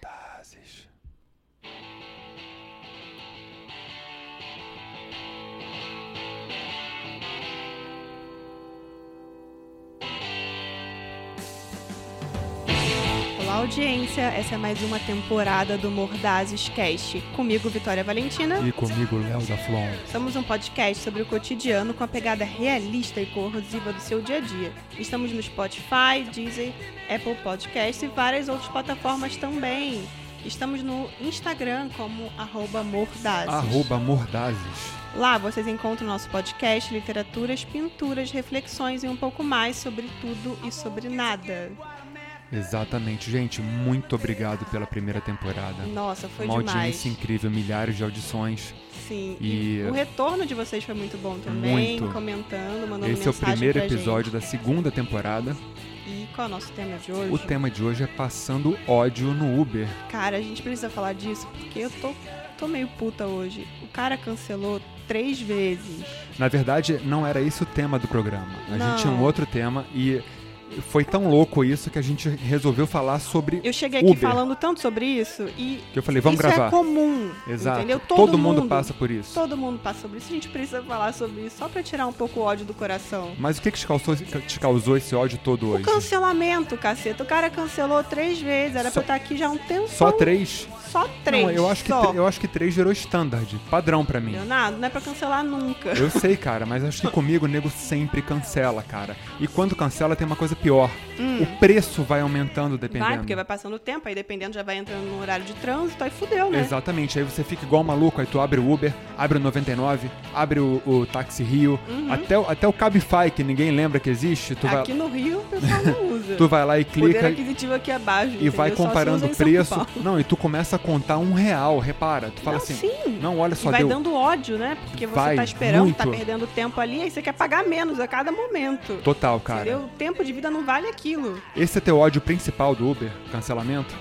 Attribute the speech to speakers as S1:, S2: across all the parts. S1: Frases.
S2: Olá, audiência. Essa é mais uma temporada do Mordazes Cast. Comigo, Vitória Valentina.
S1: E comigo, Léo da Flon.
S2: Somos um podcast sobre o cotidiano com a pegada realista e corrosiva do seu dia a dia. Estamos no Spotify, Deezer, Apple Podcast e várias outras plataformas também. Estamos no Instagram como arroba mordazes.
S1: Arroba Mordazes.
S2: Lá vocês encontram nosso podcast, literaturas, pinturas, reflexões e um pouco mais sobre tudo e sobre nada.
S1: Exatamente, gente. Muito obrigado pela primeira temporada.
S2: Nossa, foi
S1: Uma
S2: demais.
S1: audiência incrível, milhares de audições.
S2: Sim.
S1: E-
S2: O retorno de vocês foi muito bom também,
S1: Muito.
S2: comentando, mandando
S1: Esse é o
S2: mensagem
S1: primeiro
S2: pra gente.
S1: episódio da segunda temporada.
S2: E qual é o nosso tema de hoje?
S1: O tema de hoje é passando ódio no Uber.
S2: Cara, a gente precisa falar disso porque eu tô, tô meio puta hoje. O cara cancelou três vezes.
S1: Na verdade, não era esse o tema do programa. A
S2: Não.
S1: gente tinha um outro tema e foi tão louco isso que a gente resolveu falar sobre.
S2: Eu cheguei aqui
S1: Uber.
S2: falando tanto sobre isso e
S1: Que eu falei, vamos
S2: isso
S1: gravar.
S2: é comum.
S1: Exato.
S2: Entendeu?
S1: Todo, mundo, passa por isso.
S2: Todo mundo passa sobre isso. A gente precisa falar sobre isso só pra tirar um pouco o ódio do coração.
S1: Mas o que, que te, causou, te causou esse ódio todo
S2: O
S1: hoje?
S2: cancelamento, caceta. O cara cancelou três vezes. Era
S1: Só-
S2: pra eu estar aqui já há um tempo.
S1: Só três?
S2: Só três.
S1: Não, eu acho que,
S2: só.
S1: tre- eu acho que três gerou standard, padrão pra mim.
S2: Leonardo, não é pra cancelar nunca.
S1: Eu sei, cara, mas acho que comigo o nego sempre cancela, cara. E quando cancela tem uma coisa pior. O preço vai aumentando dependendo.
S2: Hum. Vai, porque vai passando o tempo, aí dependendo já vai entrando no horário de trânsito, aí fudeu, né?
S1: Exatamente, aí você fica igual maluco, aí tu abre o Uber, abre o 99, abre o, o Táxi Rio, até, o- até o Cabify, que ninguém lembra que existe, tu,
S2: Uhum. Aqui é no Rio o pessoal não usa.
S1: vai, tu vai lá e
S2: Poder
S1: clica
S2: aquisitivo aqui abaixo.
S1: e
S2: entendeu?
S1: vai
S2: Só se
S1: comparando
S2: usa em
S1: o
S2: São
S1: preço.
S2: Paulo.
S1: Não, e tu começa a contar um real, repara. Tu fala
S2: Não,
S1: assim,
S2: sim.
S1: não, olha só,
S2: e vai
S1: deu
S2: dando ódio, né? Porque você
S1: Vai,
S2: tá esperando, tá
S1: muito.
S2: perdendo tempo ali, aí você quer pagar menos a cada momento.
S1: total, cara.
S2: Entendeu? O tempo de vida não vale aquilo.
S1: Esse é teu ódio principal do Uber? Cancelamento?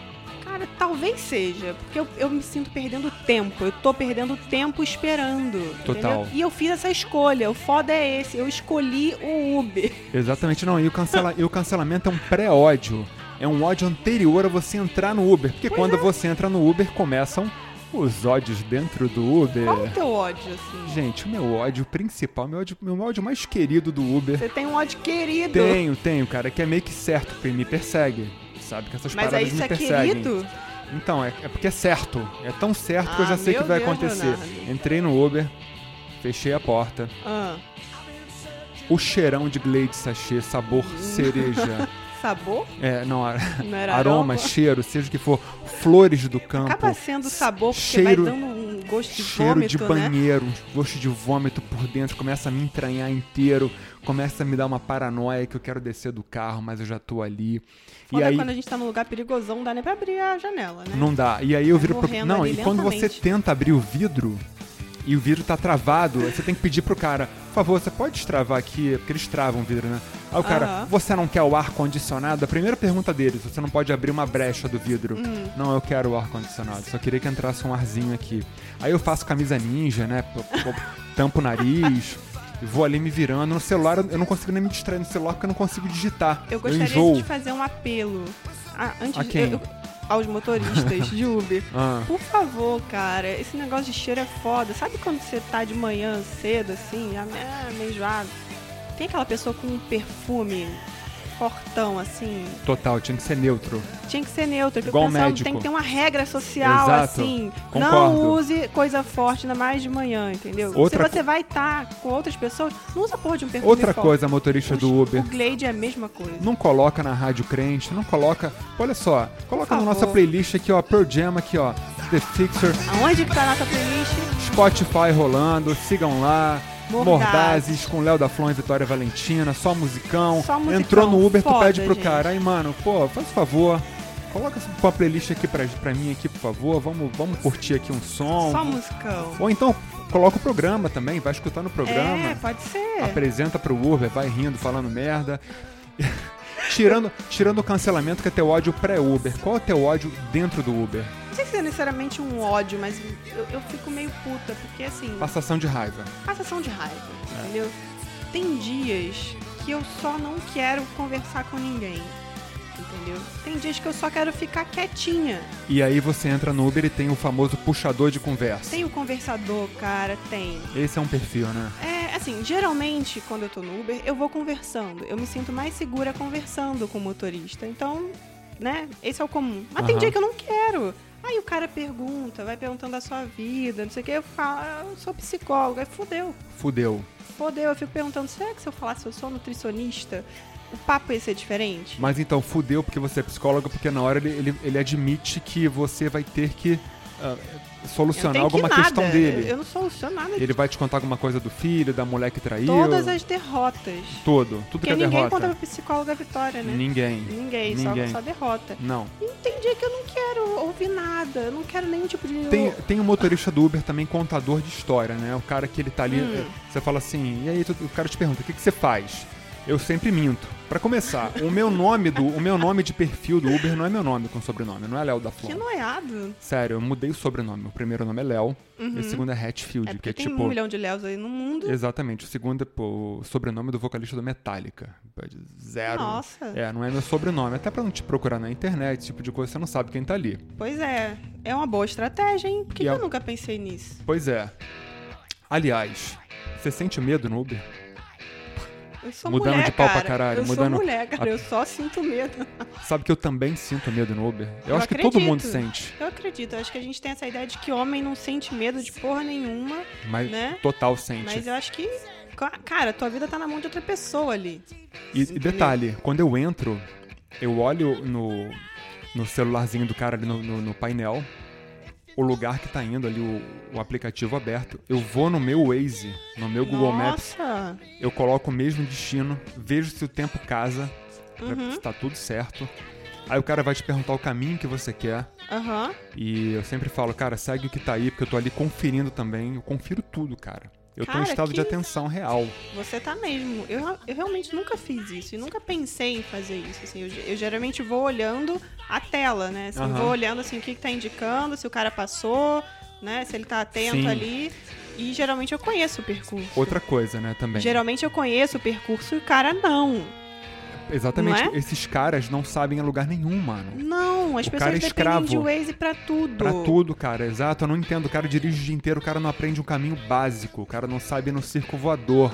S2: Cara, talvez seja, porque eu, eu me sinto perdendo tempo. Eu tô perdendo tempo esperando.
S1: Total.
S2: entendeu? E eu fiz essa escolha. O foda é esse. Eu escolhi o Uber.
S1: Exatamente não. E o, cancela- e o cancelamento é um pré-ódio. É um ódio anterior a você entrar no Uber. Porque
S2: é.
S1: quando você entra no Uber, começam os ódios dentro do Uber.
S2: Qual o teu ódio, assim?
S1: Gente, o meu ódio principal, meu ódio, meu ódio mais querido do Uber.
S2: Você tem um ódio querido.
S1: Tenho, tenho, cara, que é meio que certo, porque me persegue. Sabe que essas
S2: Mas
S1: paradas
S2: aí isso
S1: me
S2: é
S1: perseguem.
S2: querido?
S1: Então, é, é porque é certo. É tão certo que eu
S2: Ah,
S1: já sei que
S2: meu
S1: vai
S2: Deus,
S1: acontecer.
S2: Leonardo.
S1: Entrei no Uber, fechei a porta.
S2: Ah,
S1: O cheirão de Glade sachê, sabor
S2: Hum.
S1: cereja.
S2: sabor?
S1: É, não, ar-
S2: Não era
S1: aroma, cheiro, seja o que for, flores do campo.
S2: Acaba sendo sabor, porque
S1: cheiro-
S2: vai dando um gosto de
S1: cheiro
S2: vômito,
S1: de
S2: né?
S1: banheiro, um gosto de vômito por dentro, começa a me entranhar inteiro, começa a me dar uma paranoia que eu quero descer do carro, mas eu já tô ali.
S2: Foda
S1: e aí
S2: quando a gente tá num lugar perigosão, não dá nem pra abrir a janela, né?
S1: não dá. E aí eu
S2: Vai
S1: viro pro
S2: morrendo
S1: Não,
S2: ali
S1: e quando você
S2: lentamente.
S1: tenta abrir o vidro e o vidro tá travado, aí você tem que pedir pro cara, por favor, você pode destravar aqui, É porque eles travam o vidro, né? Aí o cara,
S2: Aham.
S1: você não quer o ar condicionado? A primeira pergunta deles, você não pode abrir uma brecha do vidro.
S2: Hum.
S1: Não, eu quero o ar condicionado, só queria que entrasse um arzinho aqui. Aí eu faço camisa ninja, né? P- p- Tampo o nariz. e Vou ali me virando. No celular, eu não consigo nem me distrair no celular porque eu não consigo digitar.
S2: Eu gostaria
S1: enjoo.
S2: de fazer um apelo. Ah, antes
S1: A
S2: de-
S1: quem?
S2: eu- aos motoristas de Uber.
S1: Ah.
S2: Por favor, cara, esse negócio de cheiro é foda. Sabe quando você tá de manhã cedo, assim, ah, ah, meio enjoado? Tem aquela pessoa com um perfume fortão, assim.
S1: Total, tinha que ser neutro.
S2: Tinha que ser neutro. Eu
S1: Igual
S2: pensava,
S1: médico.
S2: Tem que ter uma regra social,
S1: Exato.
S2: assim.
S1: Concordo.
S2: Não use coisa forte, ainda mais de manhã, entendeu?
S1: Outra
S2: Se você vai estar com outras pessoas, não usa porra de um perfume
S1: Outra
S2: forte.
S1: coisa, motorista do Uber.
S2: O Glade é a mesma coisa.
S1: Não coloca na rádio crente, não coloca. Olha só, coloca na
S2: Por
S1: nossa
S2: favor.
S1: playlist aqui, ó, Pearl Jam aqui, ó, The Fixer,
S2: Aonde que tá a nossa playlist?
S1: Spotify rolando, sigam lá.
S2: Mordazes.
S1: Mordazes com Léo da Flon e Vitória Valentina, só musicão.
S2: Só musicão,
S1: Entrou no Uber, tu
S2: foda,
S1: pede pro
S2: gente.
S1: cara, aí mano, pô, faz o favor, coloca uma playlist aqui pra, pra mim aqui, por favor, vamos, vamos curtir aqui um som.
S2: Só musicão.
S1: Ou então coloca o programa também, vai escutar no programa.
S2: É, pode ser.
S1: apresenta pro Uber, vai rindo, falando merda. tirando, tirando o cancelamento que é teu ódio pré-Uber. Qual é o teu ódio dentro do Uber?
S2: Não sei se é necessariamente um ódio, mas eu, eu fico meio puta, porque assim,
S1: Passação de raiva.
S2: passação de raiva, entendeu? Tem dias que eu só não quero conversar com ninguém. entendeu? Tem dias que eu só quero ficar quietinha.
S1: E aí você entra no Uber e tem o famoso puxador de conversa.
S2: Tem o conversador, cara, tem.
S1: Esse é um perfil, né?
S2: É, assim, geralmente quando eu tô no Uber, eu vou conversando. Eu me sinto mais segura conversando com o motorista. Então, né, esse é o comum. Mas tem
S1: Aham.
S2: dia que eu não quero. Aí o cara pergunta, vai perguntando da sua vida, não sei o que. Eu falo, ah, eu sou psicóloga. Aí fudeu.
S1: Fudeu.
S2: Fodeu, eu fico perguntando, será que se eu falasse que eu sou nutricionista, o papo ia ser diferente?
S1: Mas então, fudeu porque você é psicólogo, porque na hora ele, ele, ele admite que você vai ter que ah,
S2: Eu não
S1: solucionar
S2: tenho que
S1: alguma
S2: nada,
S1: questão dele.
S2: Eu, eu não soluciono nada.
S1: Ele vai te contar alguma coisa do filho, da mulher que traiu.
S2: Todas as derrotas.
S1: Todo. Tudo que
S2: Porque
S1: é
S2: ninguém
S1: derrota.
S2: conta pra psicóloga a vitória, né?
S1: Ninguém.
S2: Ninguém, só-
S1: Ninguém.
S2: Só, derrota.
S1: Não.
S2: E tem dia que eu não quero ouvir nada, eu não quero nenhum tipo de...
S1: Tem, tem um motorista do Uber também contador de história, né? O cara que ele tá ali.
S2: Hum.
S1: eh, Você fala assim, e aí tu- o cara te pergunta, o que, que você faz? Eu sempre minto. Pra começar, o meu nome do, o meu nome de perfil do Uber não é meu nome com sobrenome, não é Léo da Flor.
S2: Que noiado.
S1: Sério, eu mudei o sobrenome. O primeiro nome é Léo e o segundo é Hatfield,
S2: É
S1: que
S2: porque
S1: é
S2: tem
S1: tipo.
S2: um milhão de Léos aí no mundo.
S1: Exatamente. O segundo é pô, o sobrenome do vocalista do Metallica. Zero.
S2: Nossa.
S1: É, não é meu sobrenome. Até pra não te procurar na internet, esse tipo de coisa, você não sabe quem tá ali.
S2: Pois é. É uma boa estratégia, hein? Por que
S1: E
S2: que
S1: a-
S2: eu nunca pensei nisso?
S1: Pois é. Aliás, você sente medo no Uber?
S2: Eu sou
S1: Mudando
S2: mulher,
S1: de pau pra
S2: cara.
S1: caralho,
S2: Eu
S1: mudando-
S2: sou mulher, cara. Eu só sinto medo.
S1: Sabe que eu também sinto medo no Uber? Eu,
S2: Eu
S1: acho que todo
S2: acredito.
S1: mundo sente.
S2: Eu acredito, eu acho que a gente tem essa ideia de que homem não sente medo de porra nenhuma,
S1: Mas
S2: Né?
S1: total sente.
S2: mas eu acho que. ca- Cara, tua vida tá na mão de outra pessoa ali.
S1: E, e
S2: Entendeu?
S1: detalhe, quando eu entro, eu olho no, no celularzinho do cara ali no, no- no painel, o lugar que tá indo ali, o, o aplicativo aberto, eu vou no meu Waze, no meu Google Maps,
S2: Nossa!
S1: eu coloco o mesmo destino, vejo se o tempo casa,
S2: Uhum.
S1: se tá tudo certo. Aí o cara vai te perguntar o caminho que você quer.
S2: Aham.
S1: E eu sempre falo, cara, segue o que tá aí, porque eu tô ali conferindo também. Eu confiro tudo, cara. Eu tô em
S2: Cara,
S1: estado de
S2: que-
S1: atenção real.
S2: Você tá mesmo. Eu, eu realmente nunca fiz isso e nunca pensei em fazer isso. assim. eu, eu geralmente vou olhando a tela, né? Assim,
S1: Aham.
S2: Vou olhando assim, o que, que tá indicando, se o cara passou, né? Se ele tá atento
S1: Sim.
S2: ali. E geralmente eu conheço o percurso.
S1: Outra coisa, né, também.
S2: Geralmente eu conheço o percurso e o cara não.
S1: Exatamente.
S2: Não é?
S1: Esses caras não sabem em lugar nenhum, mano.
S2: Não, as
S1: O
S2: pessoas
S1: cara é
S2: dependem
S1: escravo.
S2: de Waze pra tudo.
S1: Pra tudo, cara, exato. Eu não entendo. O cara dirige o dia inteiro, o cara não aprende um caminho básico. O cara não sabe ir no circo voador.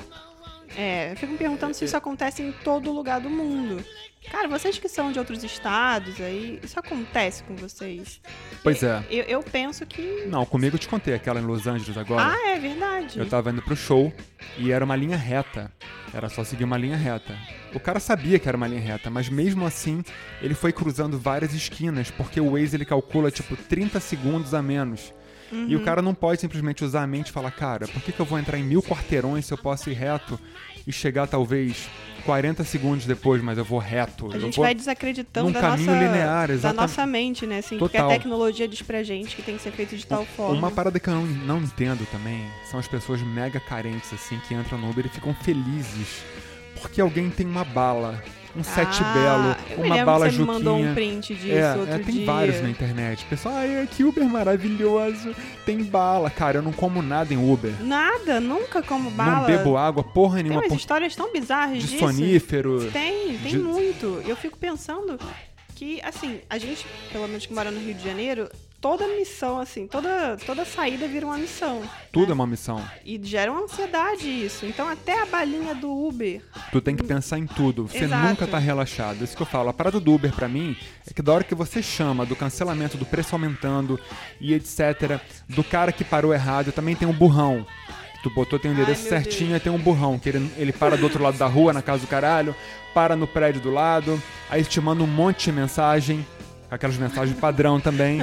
S2: É, eu fico me perguntando se isso acontece em todo lugar do mundo. Cara, vocês que são de outros estados aí, isso acontece com vocês?
S1: Pois é.
S2: Eu, eu penso que.
S1: Não, comigo eu te contei aquela em Los Angeles agora.
S2: Ah, é verdade.
S1: Eu tava indo pro show e era uma linha reta. Era só seguir uma linha reta. O cara sabia que era uma linha reta, mas mesmo assim ele foi cruzando várias esquinas, porque o Waze ele calcula tipo 30 segundos a menos. E
S2: Uhum.
S1: o cara não pode simplesmente usar a mente e falar, cara, por que, que eu vou entrar em mil quarteirões se eu posso ir reto e chegar talvez 40 segundos depois, mas eu vou reto.
S2: A
S1: eu
S2: gente
S1: vou...
S2: vai desacreditando
S1: num
S2: da
S1: caminho
S2: nossa,
S1: linear,
S2: da
S1: exatamente.
S2: nossa mente, né? Assim, porque
S1: Total.
S2: a tecnologia diz pra gente que tem que ser feito de tal forma.
S1: Uma parada que eu não, não entendo também são as pessoas mega carentes, assim, que entram no Uber e ficam felizes porque alguém tem uma bala, um sete
S2: Ah, eu
S1: belo,
S2: me
S1: uma
S2: lembro
S1: bala
S2: que você me
S1: juquinha.
S2: mandou um print disso
S1: é,
S2: outro
S1: é, tem
S2: dia.
S1: vários na internet. Pessoal, ai, que Uber maravilhoso, tem bala. Cara, eu não como nada em Uber.
S2: Nada, nunca como bala.
S1: Não bebo água, porra
S2: Tem
S1: nenhuma,
S2: umas
S1: por...
S2: histórias tão bizarras
S1: de
S2: disso.
S1: sonífero.
S2: Tem, tem
S1: De-
S2: muito. Eu fico pensando que, assim, a gente, pelo menos que mora no Rio de Janeiro, toda missão, assim, toda, toda saída vira uma missão.
S1: Tudo é uma missão.
S2: E gera uma ansiedade isso. Então até a balinha do Uber.
S1: Tu tem que pensar em tudo. Você
S2: Exato.
S1: nunca tá relaxado. Isso que eu falo. A parada do Uber pra mim é que da hora que você chama do cancelamento, do preço aumentando e etc, do cara que parou errado, também tem um burrão. Tu botou teu endereço
S2: meu
S1: certinho e tem um burrão, que ele, ele para do outro lado da rua, na casa do caralho, para no prédio do lado, aí te manda um monte de mensagem, aquelas mensagens padrão também,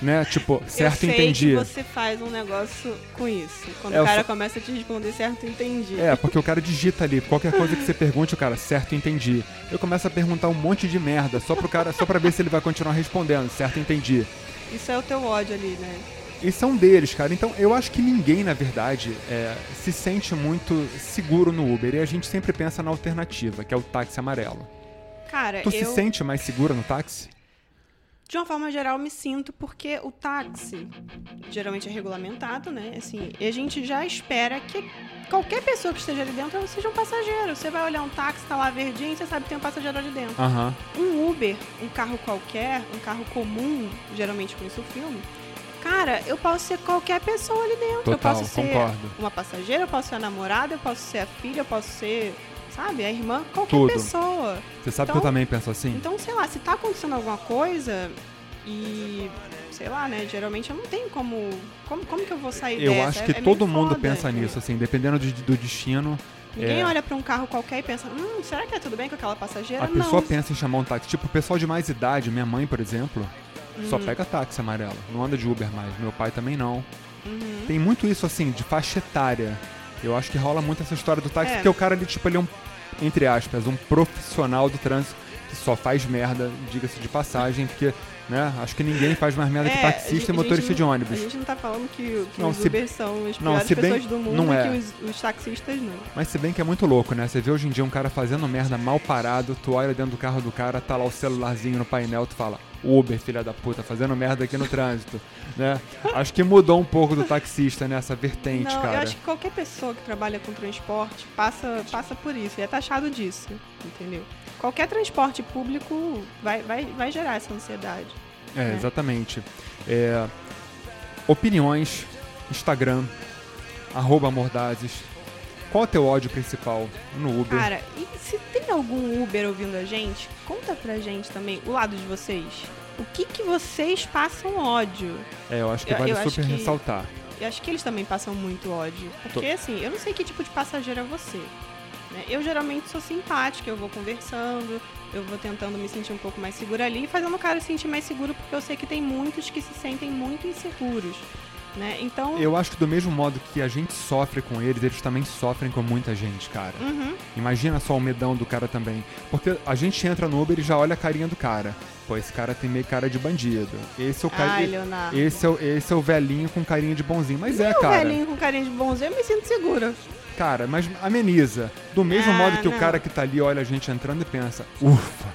S1: né? Tipo, certo,
S2: eu sei
S1: entendi.
S2: que você faz um negócio com isso. Quando
S1: É, eu
S2: o cara
S1: fa-
S2: começa a te responder certo, entendi.
S1: É, porque o cara digita ali, qualquer coisa que você pergunte, o cara, certo, entendi. Eu começo a perguntar um monte de merda, só pro cara, só pra ver se ele vai continuar respondendo, certo, entendi.
S2: Isso é o teu ódio ali, né?
S1: E são deles, cara. Então, eu acho que ninguém, na verdade, é, se sente muito seguro no Uber. E a gente sempre pensa na alternativa, que é o táxi amarelo.
S2: Cara,
S1: Tu
S2: eu.
S1: se sente mais segura no táxi?
S2: De uma forma geral, me sinto porque o táxi geralmente é regulamentado, né? Assim, e a gente já espera que qualquer pessoa que esteja ali dentro seja um passageiro. Você vai olhar um táxi, tá lá verdinho, você sabe que tem um passageiro ali dentro.
S1: Aham.
S2: Um Uber, um carro qualquer, um carro comum, geralmente com isso o filme. Cara, eu posso ser qualquer pessoa ali dentro. eu
S1: Total,
S2: posso ser
S1: concordo.
S2: uma passageira, eu posso ser a namorada, eu posso ser a filha, eu posso ser, sabe, a irmã, qualquer
S1: Tudo.
S2: pessoa.
S1: Você sabe que
S2: Então-
S1: eu também penso assim?
S2: Então, sei lá, se tá acontecendo alguma coisa e. Sei lá, né? Geralmente eu não tenho como. Como, como que eu vou sair
S1: eu
S2: dessa?
S1: acho
S2: É-
S1: que
S2: é meio
S1: todo mundo
S2: foda,
S1: pensa
S2: entendeu?
S1: nisso, assim, dependendo de- do destino.
S2: Ninguém
S1: É.
S2: olha pra um carro qualquer e pensa, hum, será que é tudo bem com aquela passageira?
S1: A
S2: não.
S1: pessoa pensa em chamar um táxi. Tipo, o pessoal de mais idade, minha mãe, por exemplo, só
S2: Uhum.
S1: pega táxi amarelo. Não anda de Uber mais. Meu pai também não.
S2: Uhum.
S1: Tem muito isso, assim, de faixa etária. Eu acho que rola muito essa história do táxi,
S2: É.
S1: porque o cara, ele, tipo, ele é um, entre aspas, um profissional do trânsito que só faz merda, diga-se de passagem, porque, né, acho que ninguém faz mais merda
S2: É,
S1: que
S2: a gente-
S1: taxista
S2: a
S1: e
S2: gente
S1: motorista
S2: não-
S1: de ônibus.
S2: A gente não tá falando que, que
S1: Não,
S2: os
S1: se-
S2: Uber são as
S1: não,
S2: piores
S1: se bem-
S2: pessoas do mundo
S1: não
S2: e
S1: é.
S2: que os, os taxistas não.
S1: Mas se bem que é muito louco, né? Você vê hoje em dia um cara fazendo merda mal parado, tu olha dentro do carro do cara, tá lá o celularzinho no painel, tu fala, Uber, filha da puta, fazendo merda aqui no trânsito, né? Acho que mudou um pouco do taxista nessa vertente,
S2: não,
S1: cara.
S2: eu acho que qualquer pessoa que trabalha com transporte passa, passa por isso, e é taxado disso, entendeu? Qualquer transporte público vai, vai, vai gerar essa ansiedade.
S1: É,
S2: né?
S1: exatamente. É, opiniões, Instagram, arroba Mordazes. Qual é o teu ódio principal no Uber?
S2: Cara, e se tem algum Uber ouvindo a gente, conta pra gente também o lado de vocês. O que que vocês passam ódio?
S1: é, eu acho que
S2: eu-
S1: vale
S2: eu acho
S1: super
S2: que-
S1: ressaltar.
S2: Eu acho que eles também passam muito ódio. Porque, assim, eu não sei que tipo de passageiro é você. né? Eu geralmente sou simpática, eu vou conversando, eu vou tentando me sentir um pouco mais segura ali, e fazendo o cara se sentir mais seguro, porque eu sei que tem muitos que se sentem muito inseguros. Né? Então.
S1: Eu acho que do mesmo modo que a gente sofre com eles, eles também sofrem com muita gente, cara.
S2: Uhum.
S1: Imagina só o medão do cara também. Porque a gente entra no Uber e já olha a carinha do cara. Pô, esse cara tem meio cara de bandido. Esse é o cara.
S2: Ai, Leonardo.
S1: esse, é o, esse é o velhinho com carinha de bonzinho. Mas é,
S2: Não,
S1: cara.
S2: velhinho com carinha de bonzinho, eu me sinto segura.
S1: Cara, mas ameniza. Do mesmo
S2: Ah,
S1: modo que
S2: não.
S1: o cara que tá ali olha a gente entrando e pensa, ufa,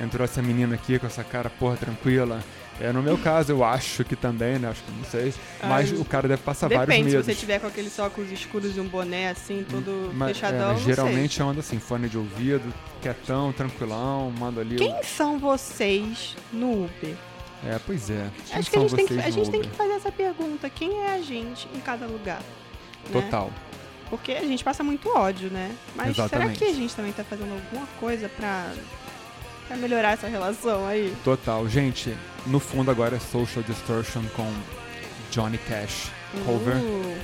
S1: entrou essa menina aqui com essa cara, porra, tranquila. É, no meu caso, eu acho que também, né? Acho que não sei. Mas
S2: Ai.
S1: o cara deve passar Tá, vários
S2: Depende, se
S1: medos.
S2: você tiver com aqueles óculos escuros e um boné assim, todo
S1: Mas- é,
S2: fechadão.
S1: mas
S2: não sei.
S1: geralmente anda assim, fone de ouvido, quietão, tranquilão, manda ali. um o-
S2: Quem são vocês no Uber?
S1: É, pois é. Quem
S2: Acho que a
S1: são
S2: gente, tem que,
S1: vocês
S2: a
S1: no
S2: gente tem
S1: Uber?
S2: que fazer essa pergunta: quem é a gente em cada lugar? né?
S1: Total.
S2: Porque a gente passa muito ódio, né? Mas
S1: Exatamente.
S2: será que a gente também tá fazendo alguma coisa pra, pra melhorar essa relação aí?
S1: Total. Gente, no fundo agora é Social Distortion com Johnny Cash. Cover.
S2: Uh,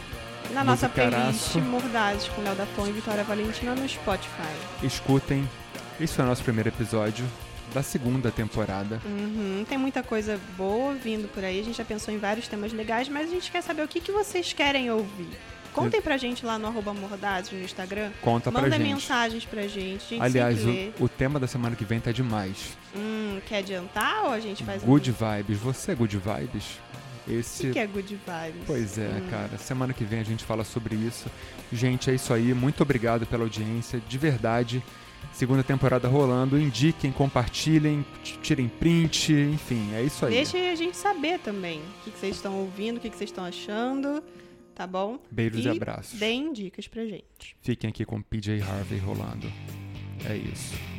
S2: na nossa
S1: Musicaraço.
S2: playlist Mordazes com Léo da Tom e Vitória Valentina no Spotify.
S1: Escutem. Esse foi o nosso primeiro episódio da segunda temporada.
S2: Uhum, tem muita coisa boa vindo por aí. A gente já pensou em vários temas legais, mas a gente quer saber o que, que vocês querem ouvir. Contem pra gente lá no arroba Mordazes no Instagram.
S1: Conta
S2: Manda
S1: Tá pra gente.
S2: mensagens pra gente. A gente
S1: Aliás,
S2: sempre lê.
S1: o, o tema da semana que vem tá demais.
S2: Hum, quer adiantar ou a gente faz
S1: Good
S2: um...
S1: Vibes. Você é Good Vibes?
S2: O
S1: Esse.
S2: que, que é good vibes? Hum.
S1: Pois é, cara. Semana que vem a gente fala sobre isso. Gente, é isso aí. Muito obrigado pela audiência, de verdade. Segunda temporada rolando. Indiquem, compartilhem, t- tirem print, enfim, é isso aí.
S2: Deixa a gente saber também o que, que vocês estão ouvindo, o que, que vocês estão achando, tá bom?
S1: Beijos e,
S2: E
S1: abraços.
S2: Deem dicas pra gente.
S1: Fiquem aqui com PJ Harvey rolando. É isso.